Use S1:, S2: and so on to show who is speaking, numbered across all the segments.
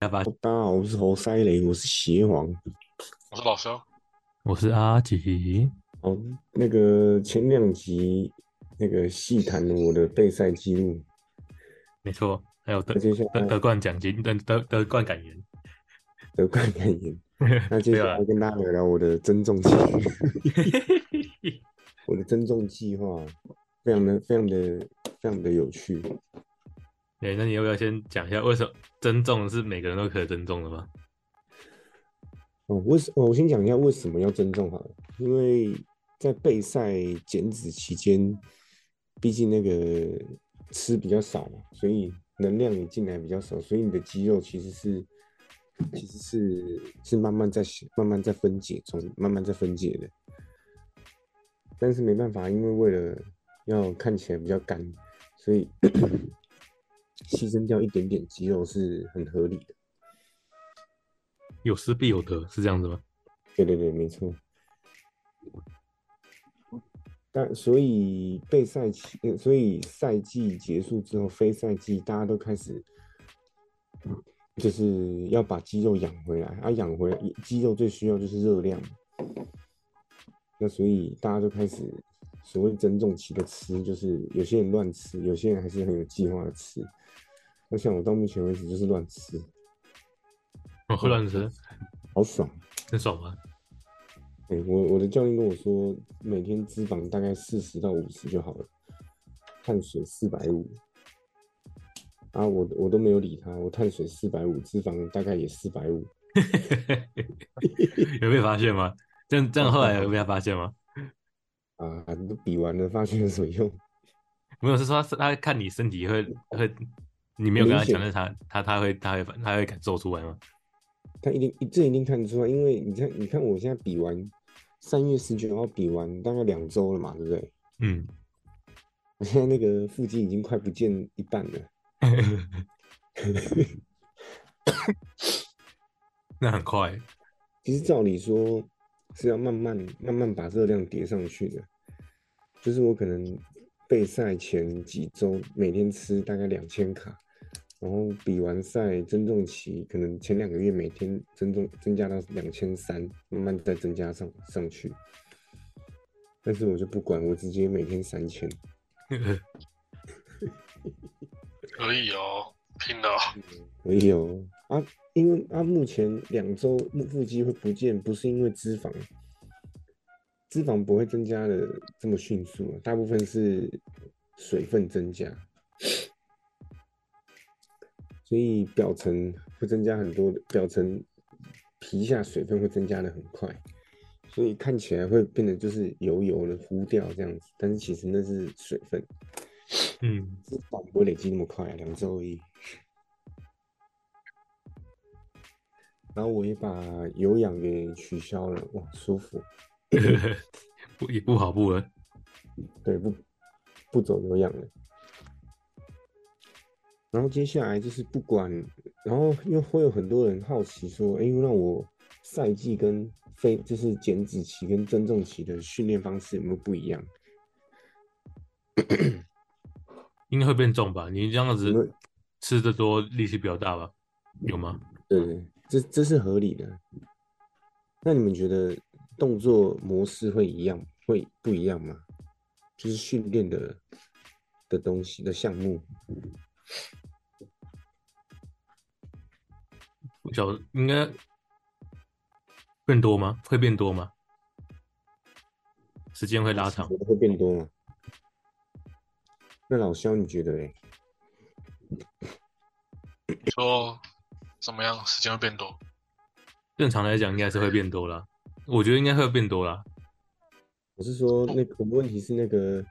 S1: 开发。
S2: 大家好，我是侯赛雷，我是邪王。
S3: 我是老肖，
S1: 我是啊阿吉，
S2: 哦，那个前两集那个细谈我的备赛记录，
S1: 没错，还有德
S2: 那接下
S1: 德
S2: 来
S1: 德冠奖金，德德德冠感 言。
S2: 得冠感言。那接
S1: 对
S2: 下
S1: 啊
S2: 来，跟大家聊聊我的增重计，我的增重计划非常的、非常的、非常的有趣。
S1: 对，那你要不要先讲一下为什么增重是每个人都可以增重的吗？
S2: 哦，为什、哦我先讲一下为什么要增重好了，因为在备赛减脂期间，毕竟那个吃比较少嘛，所以能量也进来比较少，所以你的肌肉其实是其实是是慢慢在慢慢在分解中，慢慢在分解的。但是没办法，因为为了要看起来比较干，所以 牺牲掉一点点肌肉是很合理的。
S1: 有失必有得，是这样子吗？
S2: 对对对，没错。但所以备赛期，呃所以赛季结束之后，非赛季大家都开始，就是要把肌肉养回来啊，养回来肌肉最需要就是热量嘛。那所以大家都开始所谓增重期的吃，就是有些人乱吃，有些人还是很有计划的吃。那像我到目前为止就是乱吃，
S1: 我哦会乱吃，
S2: 好爽。
S1: 很爽吗？
S2: 欸我我的教练跟我说，每天脂肪大概四十到五十就好了，碳水四百五。啊，我我都没有理他，我碳水四百五，脂肪大概也四百五。
S1: 有被发现吗？这样这样后来有被他发现吗？
S2: 啊，你都比完了，发现有什么用？
S1: 没有，是说他他看你身体会会，你没有跟他
S2: 明显
S1: 讲，但是他他他会他会他会感受出来吗？
S2: 他一定这一定看得出来，因为你看你看我现在比完，三月十九号比完大概两周了嘛，对不对？
S1: 嗯，
S2: 我现在那个腹肌已经快不见一半了。
S1: 那很快，
S2: 其实照理说是要慢慢慢慢把热量叠上去的，就是我可能备赛前几周每天吃大概两千卡，然后比完赛增重期可能前两个月每天增重增加到两千三，慢慢再增加上上去。但是我就不管，我直接每天三千。
S3: 可以哦，拼了哦。
S2: 没有啊，因为啊，目前两周腹腹肌会不见，不是因为脂肪，脂肪不会增加的这么迅速、啊，大部分是水分增加，所以表层会增加很多的，表层皮下水分会增加的很快，所以看起来会变得就是油油的糊掉这样子，但是其实那是水分，
S1: 嗯，
S2: 脂肪不会累积那么快、啊，两周而已。然后我也把有氧给取消了，哇，舒服。
S1: 不也不跑步了，
S2: 对，不不走有氧了。然后接下来就是不管，然后又会有很多人好奇说，哎，那我赛季跟非就是减脂期跟增重期的训练方式有没有不一样？
S1: 应该会变重吧？你这样
S2: 有没有
S1: 子吃的多，力气比较大吧？有吗？
S2: 对对，这这是合理的。那你们觉得动作模式会一样，会不一样吗？就是训练的的东西的项目，
S1: 小应该变多吗？会变多吗？时间会拉长
S2: 觉，得会变多吗？那老肖，你觉得嘞？
S3: 你说怎么样？时间会变多？
S1: 正常来讲应该是会变多啦。我觉得应该会变多啦。
S2: 我是说，那个我的问题是那个，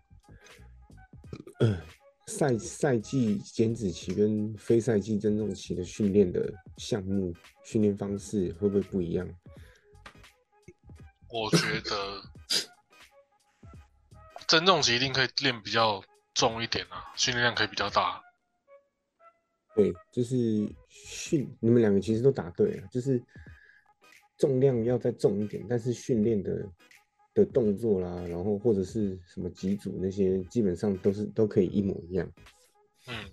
S2: 呃，赛赛季减脂期跟非赛季增重期的训练的项目、训练方式会不会不一样？
S3: 我觉得 增重期一定可以练比较重一点啊，训练量可以比较大。
S2: 对，就是训，你们两个其实都答对了，就是重量要再重一点，但是训练的的动作啦，然后或者是什么几组那些，基本上都是都可以一模一样。
S3: 嗯，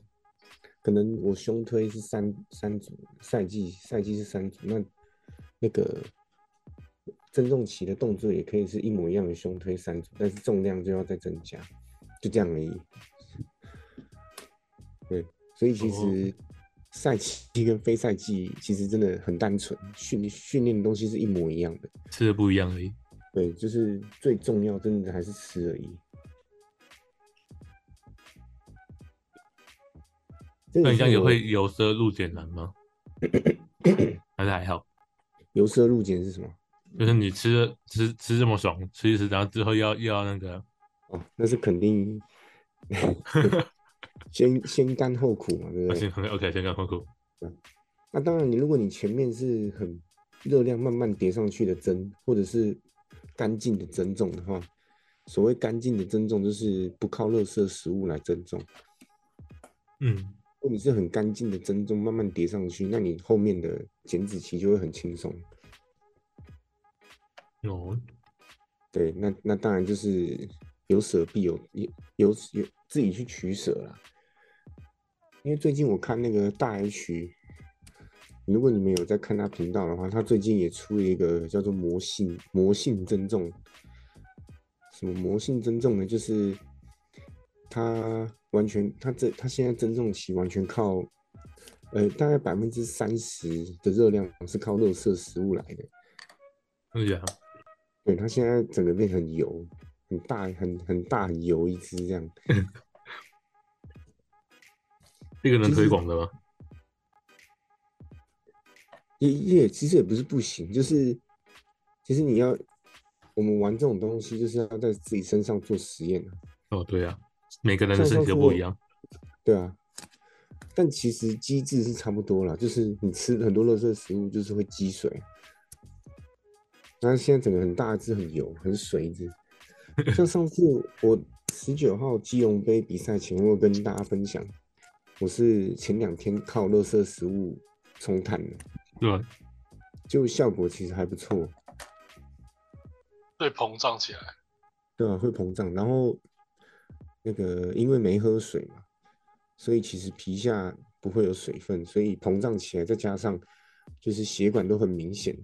S2: 可能我胸推是三三组，赛季赛季是三组，那那个增重期的动作也可以是一模一样的胸推三组，但是重量就要再增加，就这样而已。对，所以其实
S1: 哦
S2: 赛季 跟非赛季其实真的很单纯，训训练的东西是一模一样的。
S1: 吃的不一样而已。
S2: 对，就是最重要，真的还是吃而已。真的
S1: 那你
S2: 是
S1: 这样也
S2: 我
S1: 会由奢入俭难吗？还是还好，
S2: 由奢入俭是什么？
S1: 就是你吃的吃吃这么爽，吃一吃，然后之后又要又要那个，
S2: 哦，那是肯定先先甘后苦嘛，对不
S1: 啊
S2: 对
S1: 先？OK，先干后苦。
S2: 那当然，你如果你前面是很热量慢慢叠上去的增，或者是干净的增重的话，所谓干净的增重就是不靠垃圾食物来增重。
S1: 嗯，
S2: 如果你是很干净的增重，慢慢叠上去，那你后面的减脂期就会很轻松。
S1: 哦，
S2: 对，那那当然就是有舍必有有有有自己去取舍啦。因为最近我看那个大 H，如果你们有在看他频道的话，他最近也出了一个叫做魔性魔性增重，什么魔性增重呢？就是他完全他这他现在增重期完全靠，呃，大概百分之三十的热量是靠肉色食物来的。
S1: 真的假的？
S2: 对，它现在整个变很油，很大，很很大，很油一只这样。
S1: 这个能
S2: 其实
S1: 推广的吗？
S2: 也也其实也不是不行，就是其实你要我们玩这种东西，就是要在自己身上做实验啊。
S1: 哦，对啊，每个人的身体都不一样。
S2: 对啊，但其实机制是差不多啦，就是你吃很多垃圾食物，就是会积水。那现在整个很大只，很油，很水一只。像上次我十九号基隆杯比赛前，我有跟大家分享，我是前两天靠垃圾食物冲碳的，
S1: 对吧？
S2: 就效果其实还不错。
S3: 对膨胀起来，
S2: 对啊，会膨胀。然后那个因为没喝水嘛，所以其实皮下不会有水分，所以膨胀起来，再加上就是血管都很明显。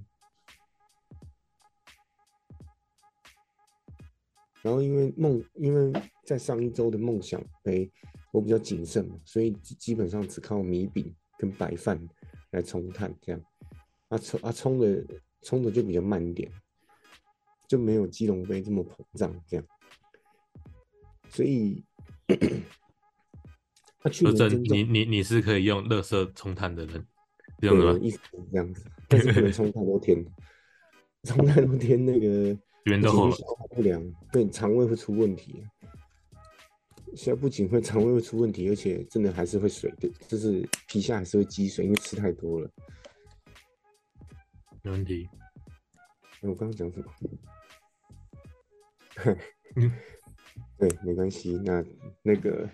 S2: 然后因为梦，因为在上一周的梦想杯，我比较谨慎嘛，所以基基本上只靠米饼跟白饭来冲碳这样。啊冲啊冲的冲的就比较慢一点，就没有基隆杯这么膨胀这样。所以， 他、去
S1: 说
S2: 年
S1: 真，
S2: 增重
S1: 你你你是可以用乐色冲碳的人，这样
S2: 对，
S1: 的吗？
S2: 一直都这样子，但是不能冲太多天， 冲太多天那个
S1: 圆
S2: 不
S1: 的
S2: 仅
S1: 后
S2: 会消化不良，对你肠胃会出问题、啊。现在不仅会肠胃会出问题，而且真的还是会水的，就是皮下还是会积水，因为吃太多了。
S1: 没问题。
S2: 哎我刚刚讲什么？
S1: 嗯
S2: 对，没关系。那那个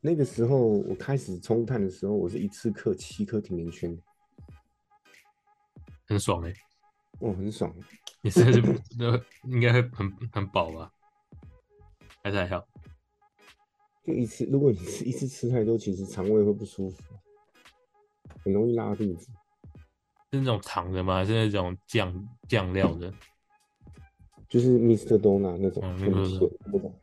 S2: 那个时候我开始冲碳的时候，我是一次克七颗甜甜圈，
S1: 很爽哎、
S2: 哇，很爽。
S1: 你是 那应该会很很饱吧？还是还好？
S2: 就一次，如果你吃一次吃太多，其实肠胃会不舒服，很容易拉肚子。
S1: 是那种糖的吗？还是那种酱酱料的？
S2: 就是 Mr. Dona 那种
S1: 嗯
S2: 很
S1: 那个
S2: 甜那种。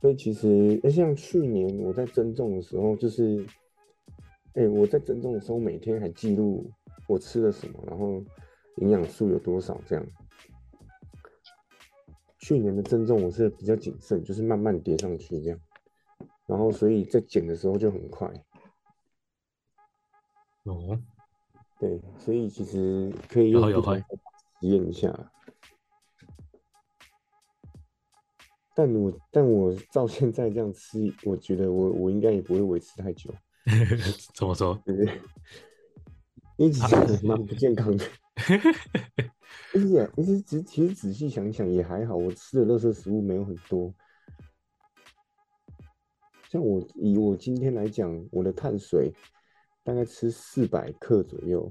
S2: 所以其实，诶像去年我在增重的时候，就是，哎、我在增重的时候，每天还记录我吃了什么，然后营养素有多少这样。去年的增重我是比较谨慎，就是慢慢叠上去这样，然后所以在减的时候就很快。
S1: 哦，
S2: 对，所以其实可以
S1: 有
S2: 用
S1: 好有
S2: 不同
S1: 坏
S2: 的体验一下。但我但我照现在这样吃，我觉得我我应该也不会维持太久，
S1: 怎么说？
S2: 对不对？因为其实蛮不健康的，而且其实其实其实仔细想想也还好，我吃的垃圾食物没有很多。像我以我今天来讲，我的碳水大概吃四百克左右，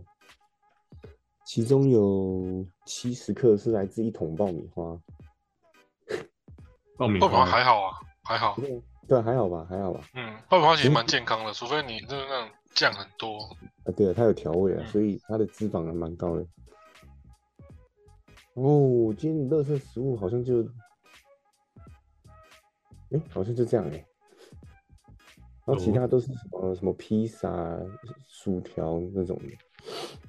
S2: 其中有七十克是来自一桶爆米花。
S1: 爆米
S3: 爆米
S1: 花
S3: 花还好啊，还好
S2: 不，过对啊，还好吧，还好吧。
S3: 嗯，爆米花其实蛮健康的，除非你就是那种酱很多。
S2: 啊，对啊，它有调味啊，所以它的脂肪还蛮高的。哦，今天的垃圾食物好像就，哎，好像就这样哎、然后其
S1: 哦
S2: 他都是什么什么披萨、薯条那种的，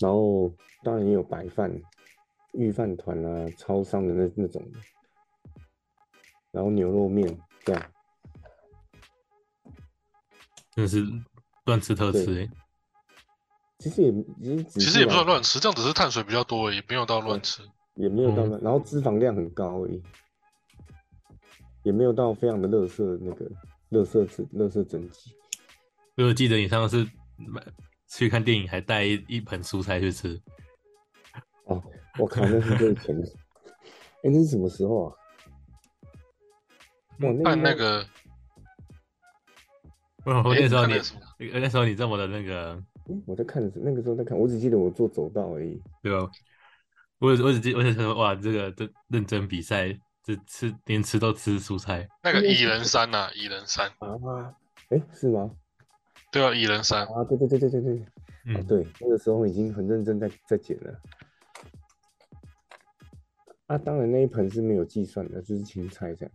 S2: 然后当然也有白饭、御饭团啦、超商的那那种的，然后牛肉面这样。
S1: 真的是乱吃特
S2: 对
S1: 吃、欸。
S2: 其实也其实仔
S3: 其
S2: 细
S3: 实也不
S2: 来
S3: 算乱吃，这样只是碳水比较多而已，也没有到乱吃。
S2: 也没有到
S1: 嗯
S2: 那，然后脂肪量很高而已，也没有到非常的垃圾那个垃圾整垃圾整齐。
S1: 因为我记得你上次买去看电影还带一一盆蔬菜去吃，
S2: 哦，我靠，那是最前的。哎、那是什么时候啊？哇，那
S3: 看
S2: 应该
S3: 那个，
S1: 我想说那时候
S3: 诶看
S1: 你
S3: 那个什么
S1: 那那时候你这么的那个
S2: 嗯我在看的时候那个时候在看，我只记得我做走道而已。
S1: 对吧？我只我只记我只想说哇，这个这认真比赛，这吃连吃都吃蔬菜，
S3: 那个蚁人山呐、蚁人山，
S2: 啊，哎、是吗？
S3: 对啊，蚁人山，
S2: 啊，对对对对对对，啊
S1: 嗯，
S2: 对，那个时候已经很认真在在剪了。啊，当然那一盆是没有计算的，就是青菜这样。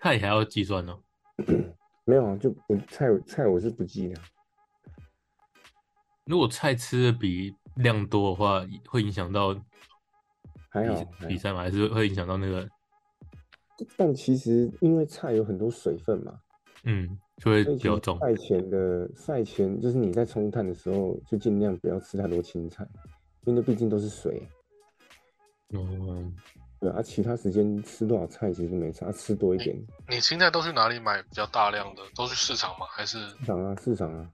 S1: 菜还要计算哦。
S2: 没有啊，就我菜菜我是不记的。
S1: 如果菜吃的比量多的话，会影响到
S2: 还好，
S1: 比
S2: 还
S1: 比
S2: 好
S1: 赛吗？还是会影响到那个
S2: 但其实因为菜有很多水分嘛，
S1: 嗯，就会
S2: 所以
S1: 比
S2: 其
S1: 较
S2: 实
S1: 重。
S2: 赛前的赛前就是你在冲碳的时候，就尽量不要吃太多青菜，因为那毕竟都是水，
S1: 嗯，
S2: 对啊。啊其他时间吃多少菜其实没差，啊吃多一点，
S3: 你青菜都去哪里买比较大量的？都去市场吗？还是
S2: 市场啊市场啊。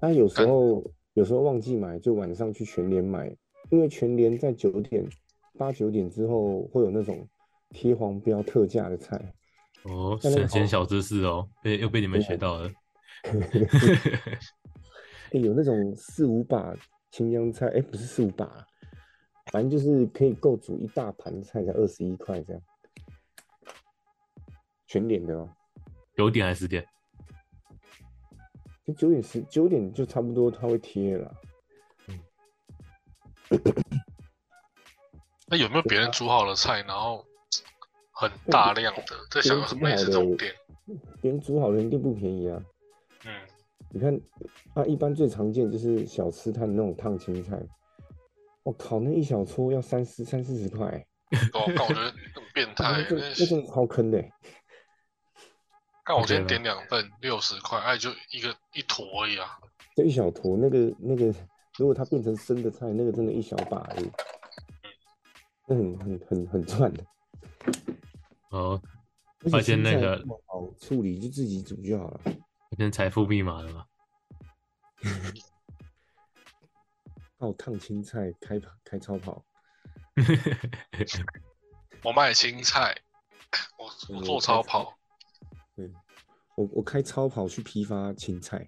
S2: 那有时候有时候忘记买，就晚上去全联买，因为全联在九点八九点之后会有那种贴黄标特价的菜。
S1: 哦，
S2: 那那个
S1: 省钱
S2: 好啊
S1: 小知识哦，被又被你们学到了。
S2: 欸有那种四五把青江菜，哎、不是四五把啊，反正就是可以够煮一大盘菜，才二十一块这样。全脸的哦，
S1: 九点还是十点？
S2: 就九点十九点就差不多，它会贴了啦。
S3: 那有没有别人煮好的菜，然后很
S2: 嗯
S3: 大量的？在想有什么类似这种店？
S2: 别人煮好了一定不便宜啊！
S3: 嗯，
S2: 你看，啊，一般最常见就是小吃摊那种烫青菜，我靠，那一小撮要三四三四十块、欸，
S3: 我啊干，我觉得很变
S2: 哇
S3: 态
S2: 那。
S3: 欸
S2: 真的那
S3: 那
S2: 真的超坑的、欸。
S3: 干，我今天
S1: 对
S3: 点两份六十块，哎，就一个一坨而已啊。
S2: 这一小坨，那个那个，如果它变成生的菜，那个真的一小把而已，那很很很很赚的。
S1: 哦，
S2: 而且
S1: 发现
S2: 青菜
S1: 那个
S2: 这么好处理，就自己煮就好了。
S1: 今天财富密码了嘛？
S2: 靠烫青菜开跑开超跑，
S3: 我卖青菜，我
S2: 嗯
S3: 我做超跑，
S2: 对我我开超跑去批发青菜，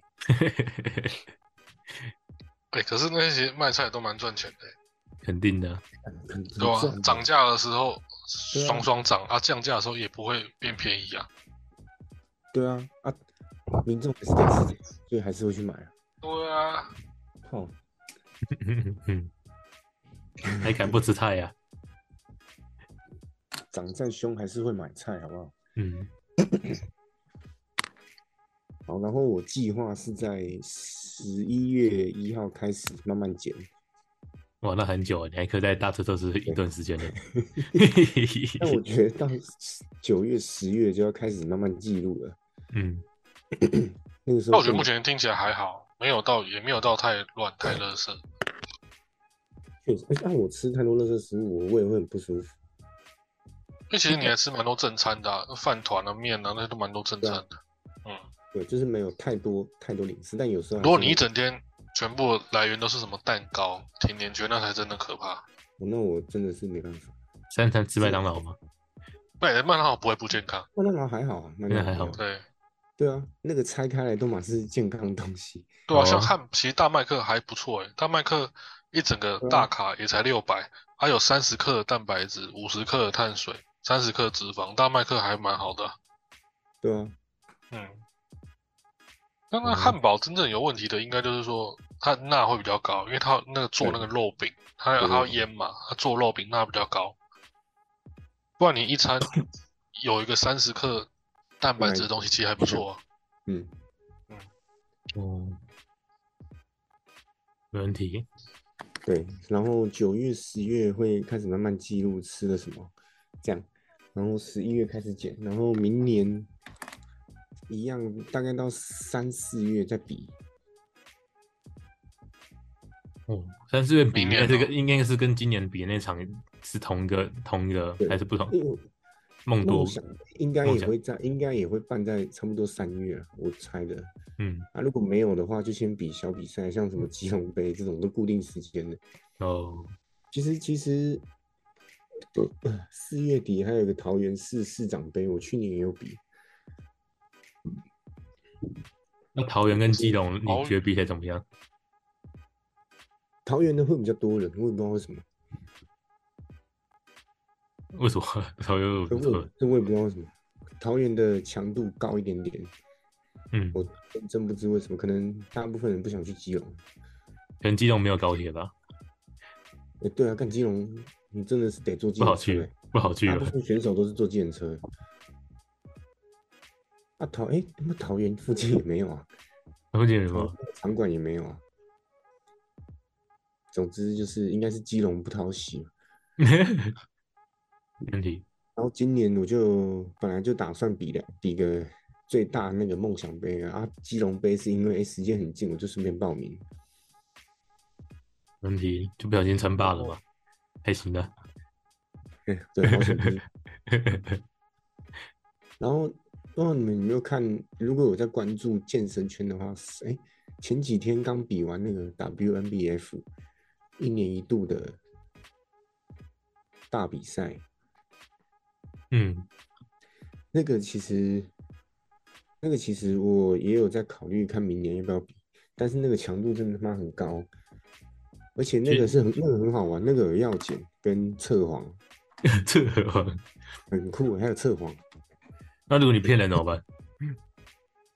S3: 哎，可是那些卖菜都蛮赚钱的，欸
S1: 肯定的，
S2: 很很
S3: 对吧
S2: 赚？。
S3: 涨价的时候
S2: 对啊
S3: 双双涨啊，降价的时候也不会变便宜啊。
S2: 对啊啊，民众还是得吃，所以还是会去买啊。哦
S3: 对啊，
S2: 靠，
S1: 嗯，还敢不吃菜啊呀、
S2: 涨再凶还是会买菜，好不好？
S1: 嗯，
S2: 好，然后我计划是在十一月一号开始慢慢减，
S1: 哇，那很久了，你还可以再大吃特吃一段时 间呢。
S2: 但我觉得到九月、十月就要开始慢慢记录了。
S1: 嗯，
S2: 那个时候
S3: 那我觉
S2: 是，
S3: 得目前听起来还好，没有到也没有到太乱太热身。
S2: 确实，而且啊我吃太多垃圾食物，我胃会很不舒服。
S3: 因为其实你还吃蛮多正餐的、啊，饭团啊、面啊，那些都蛮多正餐的。嗯，
S2: 对，就是没有太多太多零食，但有时候还
S3: 如果
S2: 是
S3: 你
S2: 会
S3: 一整天全部来源都是什么蛋糕、甜甜圈，那才真的可怕。
S2: 哦那我真的是没办法。
S1: 三餐吃麦当劳嘛，
S3: 对，麦当劳不会不健康。
S2: 麦当劳还好啊，麦当劳
S1: 那还好
S3: 对，
S2: 对啊，那个拆开来都满是健康的东西。
S3: 对啊，
S1: 哦
S3: 像汉，其实大麦克还不错诶，大麦克啊一整个大卡也才六百，还有三十克的蛋白质，五十克的碳水，三十克脂肪，大麦克还蛮好的啊。
S2: 对啊，
S3: 嗯，当然
S2: 嗯
S3: 汉堡真正有问题的，应该就是说它钠会比较高，因为它那个做那个肉饼，它要
S2: 对
S3: 它要腌嘛，它做肉饼钠比较高。不然你 一餐有一个三十克蛋白质的东西，其实还不错啊。
S2: 嗯，
S1: 哦，没问题。
S2: 对。然后九月、十月会开始慢慢记录吃了什么，这样。然后十一月开始减，然后明年一样，大概到三四月再比。
S1: 哦，三四月比
S3: 明
S1: 应
S3: 年
S1: 该是
S3: 哦
S1: 跟应该是跟今年比那场是同一个同一个
S2: 对
S1: 还是不同？
S2: 因为
S1: 梦
S2: 梦
S1: 多，
S2: 想应该
S1: 梦
S2: 也
S1: 想
S2: 会在，应该也会办在差不多三月啊，我猜的。
S1: 嗯，
S2: 啊，如果没有的话，就先比小比赛，像什么基隆杯这种都固定时间的。
S1: 哦，
S2: 其实其实，呃四月底还有一个桃园市市长杯，我去年也有比。
S1: 那桃园跟基隆，
S3: 桃
S1: 你觉得比起来怎么样？
S2: 桃园的会比较多人，我也不知道为什么，
S1: 为什么桃园有
S2: 这
S1: 不
S2: 我
S1: 错？
S2: 这我也不知道为什么。桃园的强度高一点点，
S1: 嗯，
S2: 我真不知为什么，可能大部分人不想去基隆。
S1: 可能基隆没有高铁吧，
S2: 哎，对啊，干基隆，你真的是得坐计
S1: 不
S2: 程
S1: 好
S2: 车
S1: 去
S2: 欸，，
S1: 啊不好去
S2: 大部
S1: 了。
S2: 分选手都是坐计程车。啊桃哎，他妈桃园附近也没有啊。
S1: 我觉得什么？
S2: 场馆也没有啊。总之就是应该是基隆不讨喜嘛。
S1: 没问题，
S2: 然后今年我就本来就打算比的比个最大那个梦想杯啊，啊基隆杯是因为、诶时间很近，我就顺便报名。
S1: 没问题，就不小心穿罢了嘛，还行的。
S2: 哎对，好险！然后不知道你们有没有看，如果有在关注健身圈的话，哎、前几天刚比完那个 WNBF 一年一度的大比赛，
S1: 嗯，
S2: 那个其实，那个其实我也有在考虑看明年要不要比，但是那个强度真的他妈很高，而且那
S1: 其
S2: 个是很那个很好玩，那个有药检跟测谎，
S1: 这个
S2: 很酷，还有测谎，
S1: 那如果你骗人怎么办？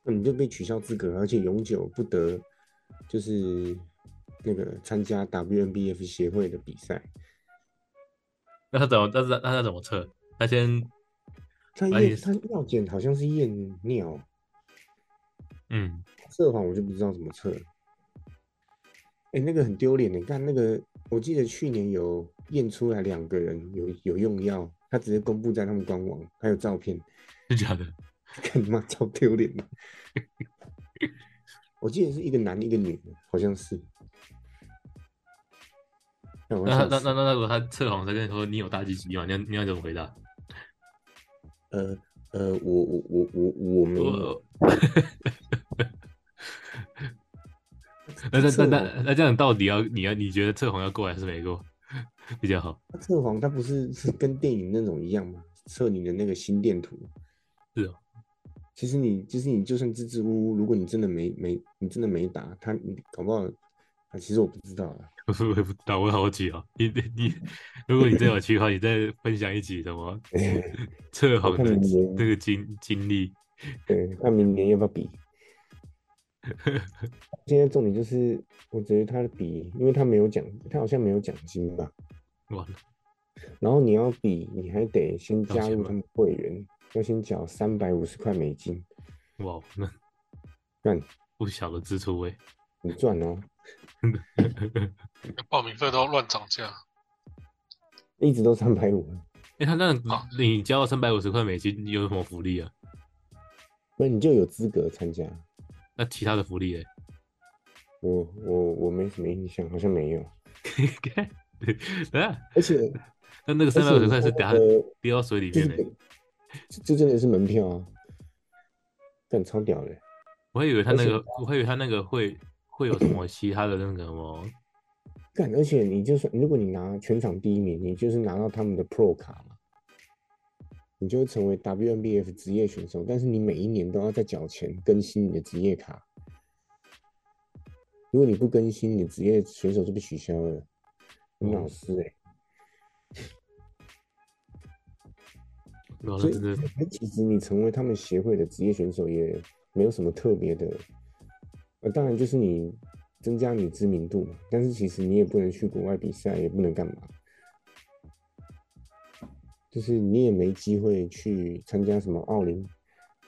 S2: 那你就被取消资格，而且永久不得就是那个参加 WNBF 协会的比赛。
S1: 那他怎么？那他那他怎么测？他先
S2: 他
S1: 那也
S2: 验
S1: 是
S2: 他药检好像是验尿，
S1: 嗯，
S2: 测谎我就不知道怎么测了。哎、那个很丢脸的，你看那个，我记得去年有验出来两个人有有用药，他直接公布在他们官网，还有照片，
S1: 是假的。
S2: 看你妈超丢脸的。我记得是一个男的一个女的，好像是。那我要
S1: 那
S2: 笑
S1: 那
S2: 死
S1: 那那那如果他测谎他跟你说你有大鸡鸡吗？你要你要怎么回答？
S2: 呃呃，我我我我我没有，
S1: 我， 那那那
S2: 测谎
S1: 那那这样到底要你要你觉得测谎要过还是没过比较好？
S2: 他测谎，他不是是跟电影那种一样吗？测你的那个心电图。
S1: 是哦，
S2: 其实你就是你，就算支支吾吾，如果你真的没没你真的没打他，你搞不好啊，其实我不知道啊。
S1: 我说我也不知道，我好奇哦。你你你，如果你真有趣的话，你再分享一集什么测
S2: 我
S1: 谎
S2: 看
S1: 的
S2: 明年
S1: 那个经经历。
S2: 对，那明年要不要比？现在重点就是，我觉得他的比，因为他没有奖，他好像没有奖金吧。
S1: 哇，
S2: 然后你要比，你还得先
S1: 要
S2: 加
S1: 钱
S2: 入
S1: 吗
S2: 他们会员，要先缴三百五十块美金，
S1: 哇，那
S2: 那你
S1: 不小的支出哎。
S2: 你赚哦，
S3: 报名费都要乱涨价，
S2: 一直都三百五。
S1: 哎，他那
S3: 啊
S1: 你交三百五十块美金，你有什么福利啊？
S2: 那你就有资格参加。
S1: 那其他的福 利哎？
S2: 我我我没什么印象，好像没有。
S1: 等下，
S2: 而且
S1: 那那个
S2: 而
S1: 三
S2: 且
S1: 百五十
S2: 你
S1: 块
S2: 看
S1: 是
S2: 那
S1: 等下
S2: 个
S1: 丢到水里
S2: 就是
S1: 面欸的
S2: 本，这这真的是门票啊，干超屌的。
S1: 我还以为他
S2: 而
S1: 那
S2: 且
S1: 个，我还以为他那个会会有什么其他的那个什么，
S2: 干，而且你就算如果你拿全场第一名，你就是拿到他们的 Pro 卡嘛，你就会成为 WNBF 职业选手，但是你每一年都要在缴钱更新你的职业卡。如果你不更新，你的职业选手就被取消
S1: 哦
S2: 欸了，很老
S1: 嗯
S2: 师哎、
S1: 哇那
S2: 所以
S1: 真的
S2: 其实你成为他们协会的职业选手也没有什么特别的，呃，当然就是你增加你知名度嘛，但是其实你也不能去国外比赛，也不能干嘛，就是你也没机会去参加什么奥林、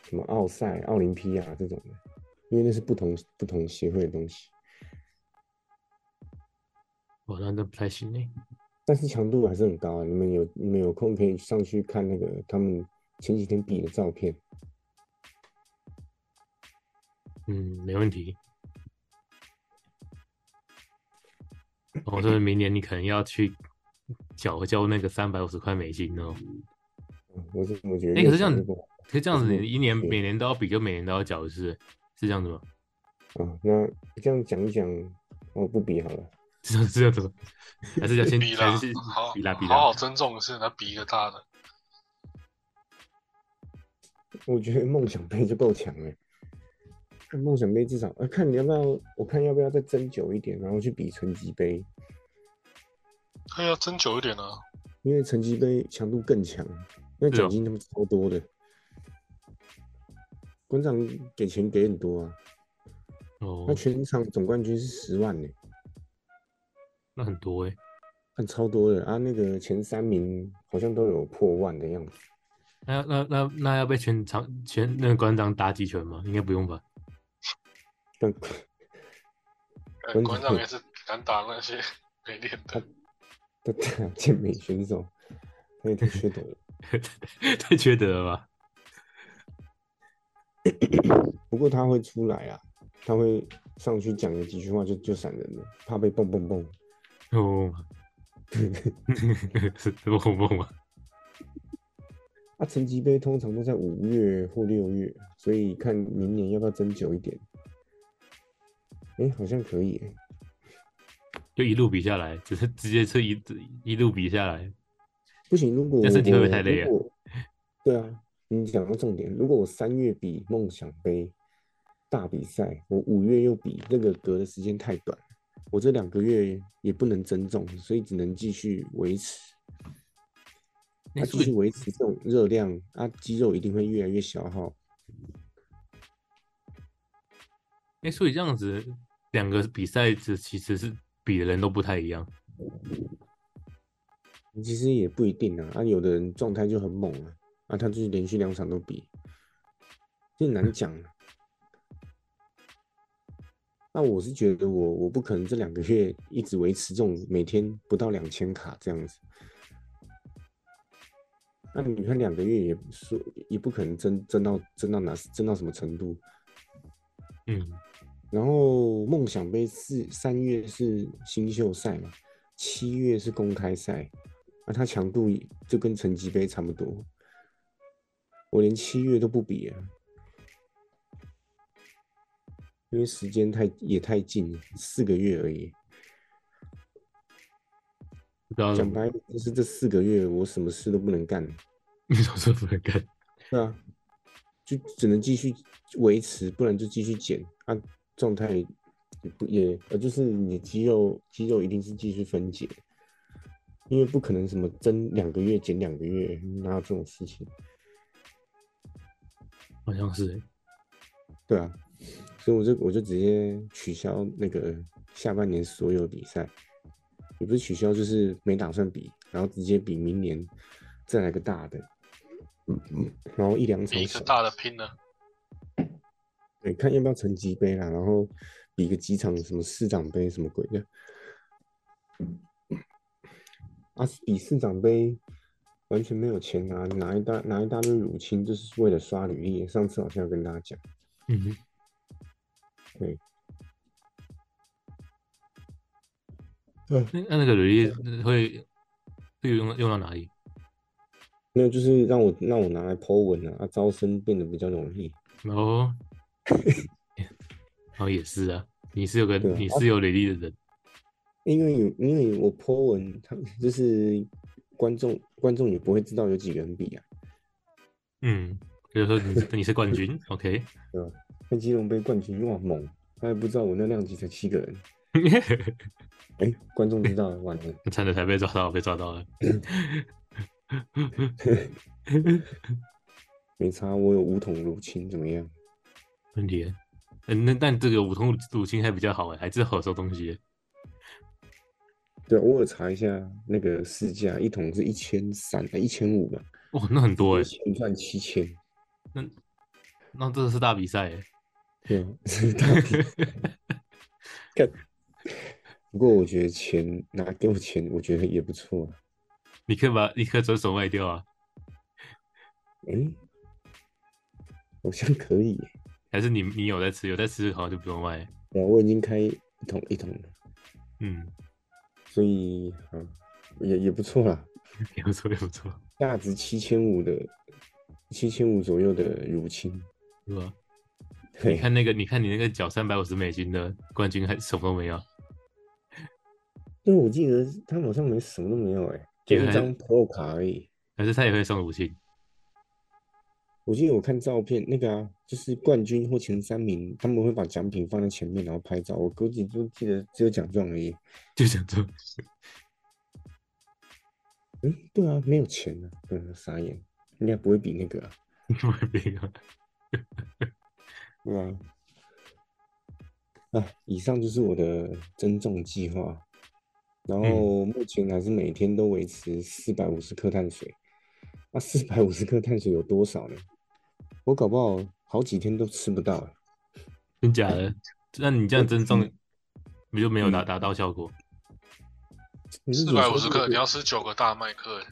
S2: 什么奥赛、奥林匹亚这种的，因为那是不同不同协会的东西，
S1: 哇，那那不太行哎。
S2: 但是强度还是很高啊。你们有你们有空可以上去看那个他们前几天比的照片。
S1: 嗯，没问题。我说哦明年你可能要去缴交那个三百五十块美金哦。
S2: 嗯我是我觉得
S1: 哎
S2: 越
S1: 可是这
S2: 想
S1: 样
S2: 越不好。
S1: 可是这样子，
S2: 嗯
S1: 你一年
S2: 对
S1: 每年都要比，就每年都要缴一次，是这样子吗？
S2: 啊，那这样讲一讲，我不比好了。
S1: 这样这样子吗？还是要先
S3: 比啦
S1: 还是，
S3: 好
S1: 比啦比
S3: 好
S1: 啦
S3: 好？尊重一次，来比一个大的。
S2: 我觉得梦想杯就够强了。看梦想杯至少，呃，看你要不要，我看要不要再争久一点，然后去比成绩杯，
S3: 可以哎要争久一点啊。
S2: 因为成绩杯强度更强，那
S1: 是哦
S2: 奖金他们超多的。馆长给钱给很多啊，
S1: 哦
S2: 那，全场总冠军是十万呢、
S1: 那很多哎。
S2: 看超多的啊。那个前三名好像都有破万的样子，
S1: 那那那那要被全场全那个馆长打几拳吗？应该不用吧？
S2: 但
S3: 呃
S2: 馆
S3: 馆
S2: 长
S3: 长也是敢打那些 没练的，
S2: 都打 健美选手，他也太缺德了。
S1: 太缺德了吧？
S2: 不过他会出来啊，他会上去讲了几句话就就闪人了，怕被蹦蹦蹦。
S1: 哦，是这么梦吗？
S2: 啊，成绩杯通常都在五月或六月，所以看明年要不要争久一点。哎、好像可以、欸。
S1: 就一路比下来，只是直接是一一路比下来，
S2: 不行，如果
S1: 那
S2: 我
S1: 身体会不会太累啊
S2: 如果对啊，你讲到重点。如果我三月比梦想杯大比赛，我五月又比，这个隔的时间太短了，我这两个月也不能增重，所以只能继续维持。
S1: 那
S2: 它
S1: 是
S2: 继
S1: 不
S2: 续
S1: 是
S2: 维持这种热量，啊，肌肉一定会越来越消耗。
S1: 哎，所以这样子两个比赛只其实是比的人都不太一样
S2: 其实也不一定啊，啊，有的人状态就很猛啊，啊，他就是连续两场都比，这很难讲啊。那我是觉得我我不可能这两个月一直维持这种每天不到两千卡这样子。那你看两个月也说也不可能增增到增到哪增到什么程度，
S1: 嗯，
S2: 然后梦想杯是三月是新秀赛嘛，七月是公开赛，那、它强度也就跟成绩杯差不多。我连七月都不比啊，因为时间太也太近了，四个月而已。
S1: 不知道怎
S2: 讲
S1: 么
S2: 白了就是这四个月我什么事都不能干，
S1: 你总是不能干，
S2: 对啊，就只能继续维持，不然就继续减啊，状态也不也呃，就是你肌肉肌肉一定是继续分解，因为不可能什么增两个月减两个月，哪有这种事情？
S1: 好像是欸
S2: 对啊，所以我就我就直接取消那个下半年所有比赛，也不是取消，就是没打算比，然后直接比明年再来个大的，然后一两场
S3: 嗯比一个
S2: 小的
S3: 大的拼了。
S2: 对，看要不要成绩杯啦，然后比个几场什么市长杯什么鬼的。啊，比市长杯完全没有钱拿，拿一大拿一大堆乳清，就是为了刷履历。上次好像有跟大家讲，
S1: 嗯，
S2: 对，
S1: 那那那个履历会会用用到哪里？
S2: 那就是让我让我拿来 Po 文啊，啊招生变得比较容易。
S1: 哦，哦也是啊，你是有个
S2: 对啊
S1: 你是有履历的人，
S2: 因为有，因为我 po 文，他们就是观众，观众也不会知道有几个人比啊。
S1: 嗯，比如说你是你是冠 军，OK，
S2: 那基隆杯冠军哇猛，他也不知道我那量级才七个人，哎、观众知道了，完了。
S1: 差点才被抓到，被抓到了。
S2: 没差，我有五桶乳清，怎么样？
S1: 问题耶，嗯，那但这个五通乳清还比较好哎，还是好收东西耶。
S2: 对啊，我有查一下那个市价，一桶是一千三，呃一千五吧，
S1: 哇，那很多哎
S2: 一，千赚七千，
S1: 那这是大比赛欸耶。
S2: 对啊， 是大笔。不过我觉得钱拿给我钱，我觉得也不错啊。
S1: 你可以把你可以转手卖掉啊，
S2: 诶，好像可以耶。
S1: 还是你你有在吃，有在吃好像就不用卖。
S2: 对啊，我已经开一桶一桶了，
S1: 嗯，
S2: 所以啊，也也不错啦。
S1: 也不错也不错，
S2: 价值七千五的，七千五左右的乳清，
S1: 是吧？
S2: 对
S1: 你，看那个，你看你那个缴三百五十美金的冠军还什么都没有，
S2: 因为我记得他们好像没什么都没有哎、就
S1: 原
S2: 一
S1: 来
S2: 张 Pro 卡而已。
S1: 可是他也会送乳清。
S2: 我记得我看照片，那个啊，就是冠军或前三名，他们会把奖品放在前面，然后拍照。我估计就记得只有奖状而已。
S1: 就想说，
S2: 嗯，对啊，没有钱啊，嗯，傻眼，应该不会比那个啊，
S1: 你不会变啊？
S2: 对啊。啊，以上就是我的增重计划，然后
S3: 嗯
S2: 目前还是每天都维持四百五十克碳水。那四百五十克碳水有多少呢？我搞不好好几天都吃不到、欸。
S1: 真假的？那你这样增重，不就没有达
S2: 嗯
S1: 达到效果？
S2: 你是
S3: 四
S2: 指
S3: 百
S2: 说
S3: 五十
S2: 如
S3: 克，
S2: 果
S3: 你要吃九个大麦克哎耶，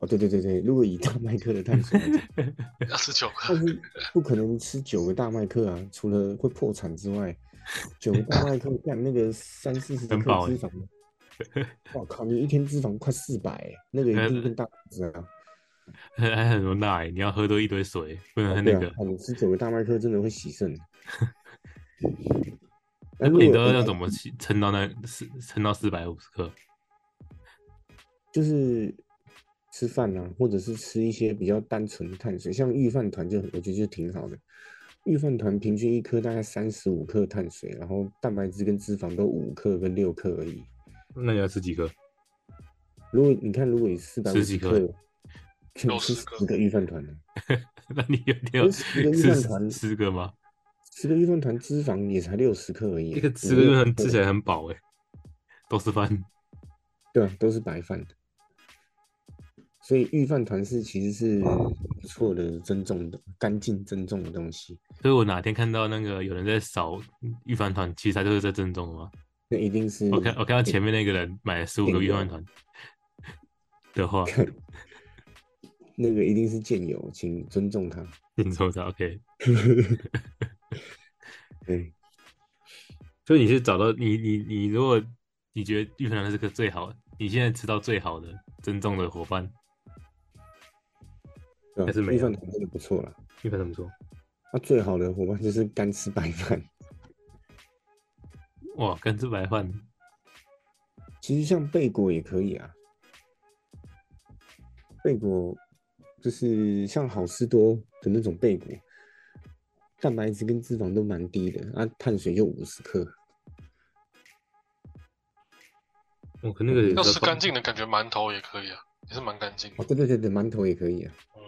S2: 哦，对对对对，如果以大麦克的碳水来讲，
S3: 要吃九个
S2: 但。是不可能吃九个大麦克啊，除了会破产之外，九个大麦克干那个三四十克
S1: 很
S2: 脂
S1: 饱欸
S2: 肪， 我靠，你一天脂肪快四百、欸那个一
S1: 呃
S2: 定变大胖子啊！
S1: 还还很多钠欸，你要喝多一堆水，不能喝
S2: 对
S1: 那
S2: 啊
S1: 个。，
S2: 哦你吃九个大麦克真的会洗 肾。
S1: 那
S2: 但哎如
S1: 你
S2: 果
S1: 都要
S2: 一
S1: 怎么去撑到那四撑到四百五十克？
S2: 就是吃饭啊，或者是吃一些比较单纯的碳水，像御饭团就我觉得就挺好的。御饭团平均一颗大概三十五克碳水，然后蛋白质跟脂肪都五克跟六克而已。
S1: 那你要吃几个？
S2: 如果你看，如果你四百五
S1: 吃几欸
S2: 十
S1: 颗
S2: 克，就
S3: 六
S2: 吃
S3: 十颗
S2: 十个御饭团呢，
S1: 那你有点有
S2: 十 个一
S1: 吃
S2: 饭
S1: 十
S2: 团
S1: 十个吗？
S2: 十个御饭团脂肪也才六十克而已，啊
S1: 一个
S2: 你
S1: 十个就
S2: 没有
S1: 很吃起来很饱哎，都是饭。
S2: 对啊，都是白饭的。所以御饭团是其实是不错的增重的，干净增重的东西，
S1: 所以我哪天看到那个有人在扫预饭团，其实他就是在正宗的嘛。
S2: 那一定是
S1: 我看我看到前面那个人买了十五个
S2: 对
S1: 预饭团的话，
S2: 那个一定是健友，请尊重他。
S1: 你抽到 OK。
S2: 对，
S1: 所以你是找到你你你，如果你觉得预饭团是个最好，你现在吃到最好的正宗的伙伴，
S2: 对
S1: 还是
S2: 吧？
S1: 没有
S2: 啊预饭团真的不错啦。
S1: 预饭怎么说？
S2: 那、最好的伙伴就是干吃白饭。
S1: 哇，干吃白饭，
S2: 其实像贝果也可以啊，贝果就是像好事多的那种贝果，蛋白质跟脂肪都蛮低的，啊，碳水就五十克。
S1: 我哦可那个也
S3: 要
S1: 是
S3: 吃干净的感觉，馒头也可以啊，也是蛮干净的
S2: 哦，。对对对对，馒头也可以啊，
S3: 嗯，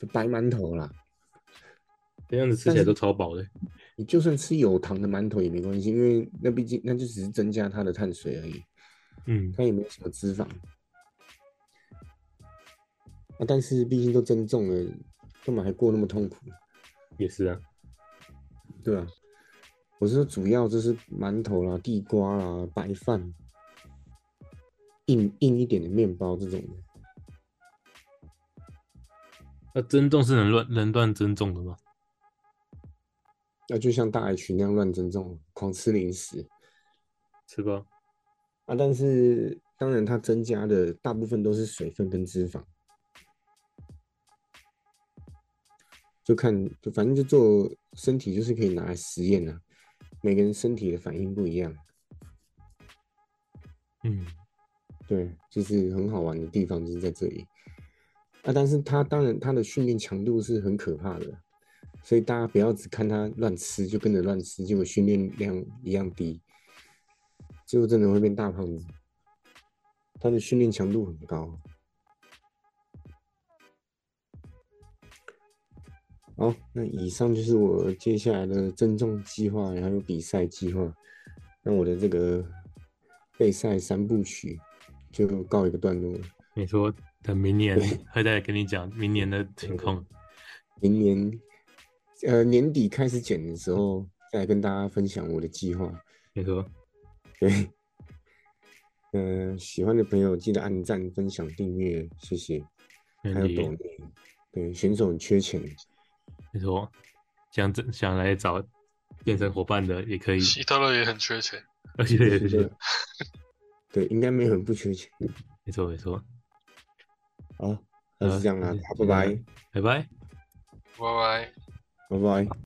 S2: 就白馒头啦。
S1: 这样子吃起来都超饱的。
S2: 你就算吃有糖的馒头也没关系，因为那毕竟那就只是增加它的碳水而已。
S1: 嗯，
S2: 它也没有什么脂肪。啊，但是毕竟都增重了，干嘛还过那么痛苦？
S1: 也是啊。
S2: 对啊，我是说主要就是馒头啦、地瓜啦、白饭，硬硬一点的面包这种的。
S1: 那增重啊是能乱能乱增重的吗？
S2: 那啊就像大 H 那样乱增重，狂吃零食
S1: 吃吧。
S2: 啊！但是当然，它增加的大部分都是水分跟脂肪，就看就反正就做身体就是可以拿来实验啊，每个人身体的反应不一样，啊
S1: 嗯，
S2: 对，就是很好玩的地方就是在这里。啊，但是他当然他的训练强度是很可怕的，所以大家不要只看他乱吃就跟着乱吃，结果训练量一样低，最后真的会变大胖子。他的训练强度很高，好，那以上就是我接下来的增重计划，然后有比赛计划。那我的这个备赛三部曲就告一个段落了。
S1: 你说等明 年会再跟你讲明年的情况。
S2: 明年呃年底开始剪的时候，再来跟大家分享我的计划。
S1: 你说
S2: 对，嗯、喜欢的朋友记得按赞、分享、订阅，谢谢。
S1: 没
S2: 还有
S1: 问题
S2: 抖内，对，选手很缺钱，
S1: 没错，想这想来找变成伙伴的也可以，
S3: 嗯希特勒也很缺钱，
S1: 而且也
S2: 是
S1: 是
S2: 的对，应该没有人不缺钱。
S1: 没错没错，
S2: 好，那
S1: 好
S2: 是这样啦，
S1: 那
S2: 拜拜，
S1: 拜拜。
S3: 拜拜。
S2: 拜拜。